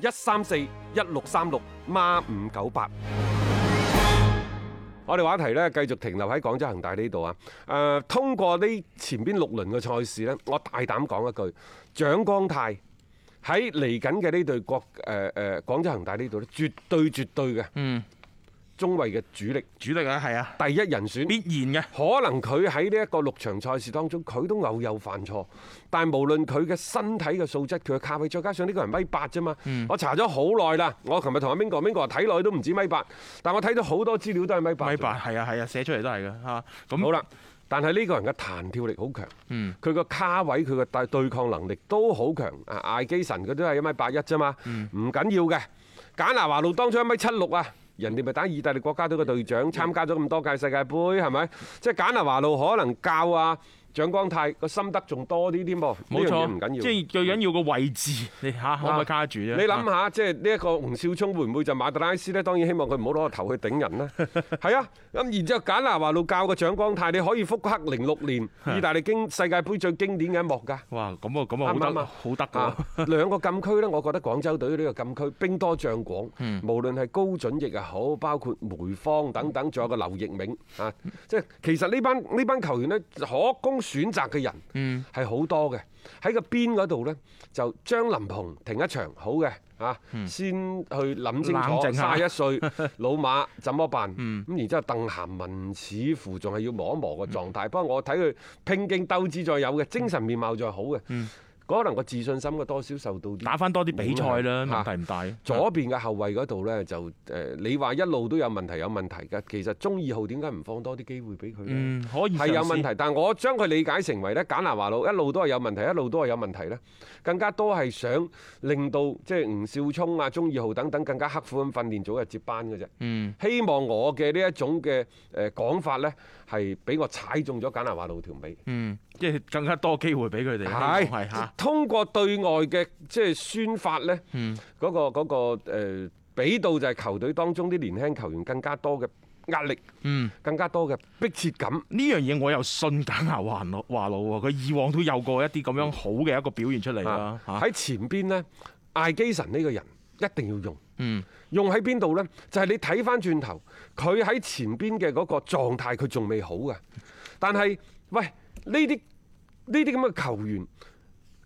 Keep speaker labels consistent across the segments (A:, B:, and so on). A: 一三四一六三六孖五九八。我哋話題咧繼續停留喺廣州恒大呢度啊！誒、通過呢前邊六輪嘅賽事呢，我大膽講一句，蔣光泰喺嚟緊嘅呢隊國誒誒廣州恒大呢度咧，絕對絕對嘅，
B: 嗯，
A: 中衞嘅主力
B: 主力啊，係啊，
A: 第一人選。
B: 必然嘅。
A: 可能佢喺呢一個六場賽事當中，佢都偶有犯錯，但係無論佢嘅身體嘅素質，佢嘅卡位，再加上呢個人米八啫嘛，
B: 嗯
A: 我查咗好耐啦。我琴日同阿 Mingo Mingo 話睇落去都唔止米八，但我睇到好多資料都係米八。
B: 米八係啊係啊，寫出嚟都係嘅嚇。咁
A: 好啦，但係呢個人嘅彈跳力好強，
B: 嗯
A: 佢個卡位佢嘅對對抗能力都好強。啊，艾基神佢都係一米八一啫嘛，唔緊要嘅。簡拿華路當初一米七六啊。人哋咪打意大利國家隊嘅隊長，參加咗咁多屆世界盃，係咪？即係簡拿華路可能教啊蔣光泰個心得仲多啲添噃，呢
B: 冇
A: 樣嘢
B: 錯，
A: 唔緊要。啊
B: 即係最緊要個位置，你嚇可唔可以卡住啫？啊
A: 你諗啊下，即係呢一個洪少聰會唔會就馬特拉斯呢？當然希望佢唔好攞個頭去頂人 啦。係啊，咁然之後簡拿華路教個蔣光泰，你可以復刻零六年意大利經世界盃最經典嘅一幕㗎。
B: 哇，咁啊咁
A: 啱唔啱
B: 啊
A: 啊
B: 好得好
A: 啊
B: 得㗎，
A: 兩個禁區呢，我覺得廣州隊呢個禁區兵多將廣，
B: 嗯
A: 無論係高準翼又好，包括梅方等等，仲有個劉奕銘啊，即係其實呢班呢班球員呢，可供選擇嘅
B: 嗯
A: 人係好多嘅。喺個邊嗰度呢，就張林鵬停一場好嘅啊，先去諗清
B: 嗯冷靜
A: 楚，
B: 下
A: 卅一 歲老馬怎麼辦？
B: 嗯
A: 咁然之後，鄧涵文似乎仲係要磨一磨個狀
B: 嗯
A: 態。不過我睇佢拼勁鬥志在有嘅，精神面貌在好嘅。
B: 嗯
A: 可能個自信心嘅多少受到啲
B: 打翻多啲比賽啦，
A: 影響
B: 問題唔大。
A: 左邊嘅後衞嗰度呢，就誒、呃你話一路都有問題，有問題㗎。其實中二號點解唔放多啲機會俾佢呢？
B: 嗯，可以
A: 係有
B: 嘗試
A: 問題，但我將佢理解成為咧，簡拿華路一路都係有問題，一路都係有問題咧，更加多係想令到即係吳少聰啊、鍾義浩等等更加刻苦咁訓練，早日接班嘅啫。
B: 嗯，
A: 希望我嘅呢一種嘅誒講法呢，係俾我踩中咗簡拿華路條尾。
B: 嗯，即係更加多機會俾佢哋。希望係嚇，
A: 通過對外嘅即係宣發呢，嗰、個嗰、個誒俾到就係球隊當中啲年輕球員更加多嘅壓力，
B: 嗯。
A: 更加多嘅迫切感。
B: 呢樣嘢我又信簡拿華路華路喎，佢以往都有過一啲咁樣好嘅一個表現出嚟啦
A: 啊
B: 嚇。
A: 喺前邊呢，艾基神呢個人一定要用。
B: 嗯，
A: 用喺邊度呢？就係、你睇翻轉頭，佢喺前邊嘅嗰個狀態，佢仲未好嘅。但係，喂，呢啲呢啲咁嘅球員，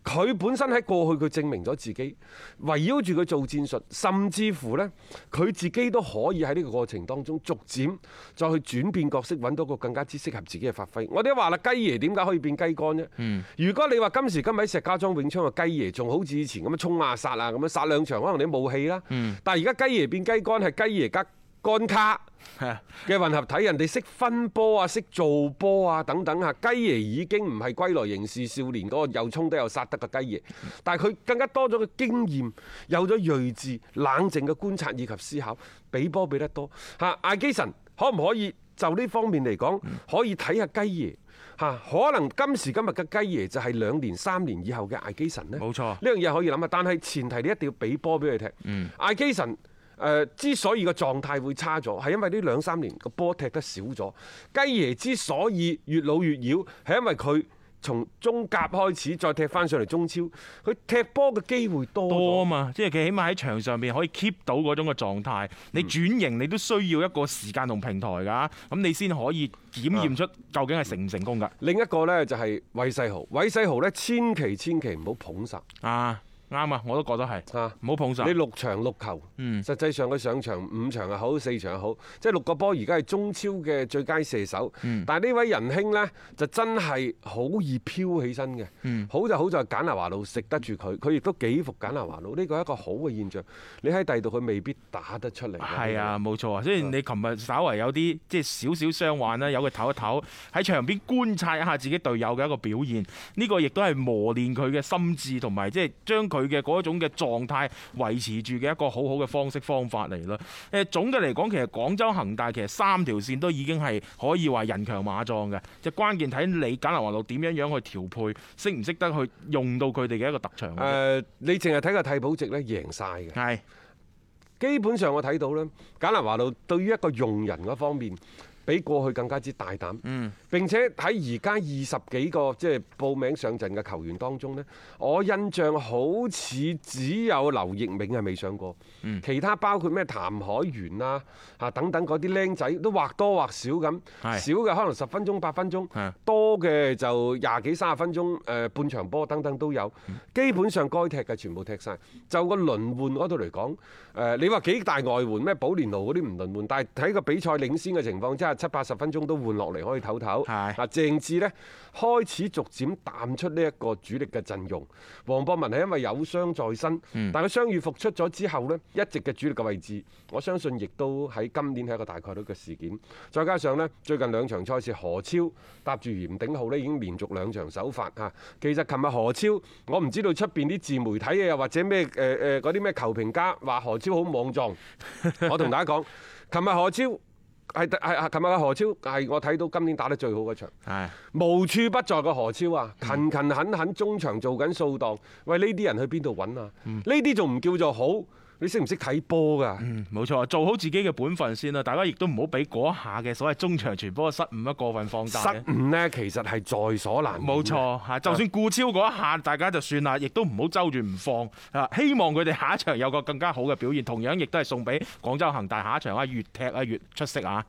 A: 佢本身喺過去佢證明咗自己，圍繞住佢做戰術，甚至乎呢，佢自己都可以喺呢個過程當中逐漸再去轉變角色，揾到個更加之適合自己嘅發揮。我哋都話啦，雞爺點解可以變雞肝啫？如果你話今時今日喺石家莊永昌嘅雞爺仲好似以前咁樣衝啊殺啊咁樣殺兩場，可能你冇氣啦。但係而家雞爺變雞肝係雞爺加肝卡。
B: 係啊
A: 嘅混合體，人哋識分波啊，識做波啊，等等啊。雞爺已經唔係歸來仍是少年嗰個又衝得又殺得嘅雞爺，但係佢更加多咗個經驗，有咗睿智、冷靜嘅觀察以及思考，俾波俾得多嚇。艾基臣可唔可以就呢方面嚟講，
B: 嗯
A: 可以睇下雞爺嚇？可能今時今日嘅雞爺就係兩年、三年以後嘅艾基臣呢。
B: 冇錯
A: 呢樣嘢可以諗下，但係前提你一定要俾波俾佢踢。艾基神誒之所以個狀態會差咗，係因為呢兩三年個波踢得少咗。雞爺之所以越老越妖，係因為佢從中甲開始再踢翻上嚟中超，佢踢波嘅機會多
B: 多啊
A: 咗。
B: 嘛，即係佢起碼喺場上邊可以 keep 到嗰種嘅狀態。你
A: 嗯
B: 轉型你都需要一個時間同平台㗎，咁你先可以檢驗出究竟係成唔成功㗎。
A: 另一個呢，就係韋世豪，韋世豪呢，千祈千祈唔好捧殺
B: 啊，啱啊，我都覺得係，
A: 啊！
B: 唔好碰手
A: 你。六場六球，
B: 嗯
A: 實際上佢上場五場又好，四場又好，即係六個波而家係中超嘅最佳射手。
B: 嗯
A: 但係呢位仁兄呢，就真係好易飄起身嘅。
B: 嗯
A: 好就好在簡拿華路食得住佢，佢亦都幾服簡拿華路，呢個係一個好嘅現象。你喺第二度佢未必打得出嚟。
B: 係啊，，冇錯啊！雖然你琴日稍為有啲即係少少傷患啦，有佢唞一唞，喺場邊觀察一下自己隊友嘅一個表現，呢、個亦都係磨練佢嘅心智同埋即係將佢佢嘅嗰種嘅狀態維持住嘅一個好好嘅方式方法嚟啦。誒總嘅嚟講，其實廣州恒大其實三條線都已經係可以話人強馬壯嘅，就關鍵睇你簡南華路點樣樣去調配，識唔識得去用到佢哋嘅一個特長嘅
A: 誒、
B: 啫。
A: 你淨係睇個替補席咧，贏晒嘅。
B: 係
A: 基本上我睇到咧，簡南華路對於一個用人嗰方面，比過去更加之大膽。
B: 嗯，
A: 並且喺而家二十幾個即係報名上陣嘅球員當中呢，我印象好似只有劉奕銘係未上過，
B: 嗯
A: 其他包括咩譚凱源啊、啊等等嗰啲僆仔都或多或少咁，
B: 係
A: 少嘅可能十分鐘八分鐘
B: 係，
A: 多嘅就廿幾三十分鐘，誒、半場波等等都有。基本上該踢嘅全部踢晒。就個輪換嗰度嚟講，誒、你話幾大外援咩？保連奴嗰啲唔輪換，但係睇個比賽領先嘅情況之下，七八十分鐘都換落嚟可以唞唞。
B: 係
A: 嗱，鄭智呢開始逐漸淡出呢一個主力嘅陣容。黃博文係因為有傷在身，但係佢傷愈復出咗之後呢，一直嘅主力嘅位置，我相信亦都喺今年係一個大概率嘅事件。再加上呢，最近兩場賽事，何超搭住嚴鼎浩呢已經連續兩場首發嚇。其實琴日何超，我唔知道出邊啲自媒體啊，或者咩誒誒嗰啲咩球評家話何超好莽撞。我同大家講，琴日何超。係係係，琴日嘅何超係我睇到今年打得最好嗰場。
B: 係。
A: 無處不在嘅何超啊，
B: 嗯
A: 勤勤懇懇中場做緊掃蕩，喂呢啲人去邊度揾啊？呢啲仲唔叫做好？你識唔識睇波㗎？
B: 嗯，冇錯，做好自己嘅本分先啦。大家亦都唔好俾嗰一下嘅所謂中場傳波嘅失誤一過分放大
A: 失
B: 嘅。
A: 誤啊呢，其實係在所難免。
B: 冇。錯嚇，就算顧超嗰一下，大家就算啦，亦都唔好周住唔放啊！希望佢哋下一場有個更加好嘅表現，同樣亦都係送俾廣州恒大下一場啊，越踢啊越出色啊！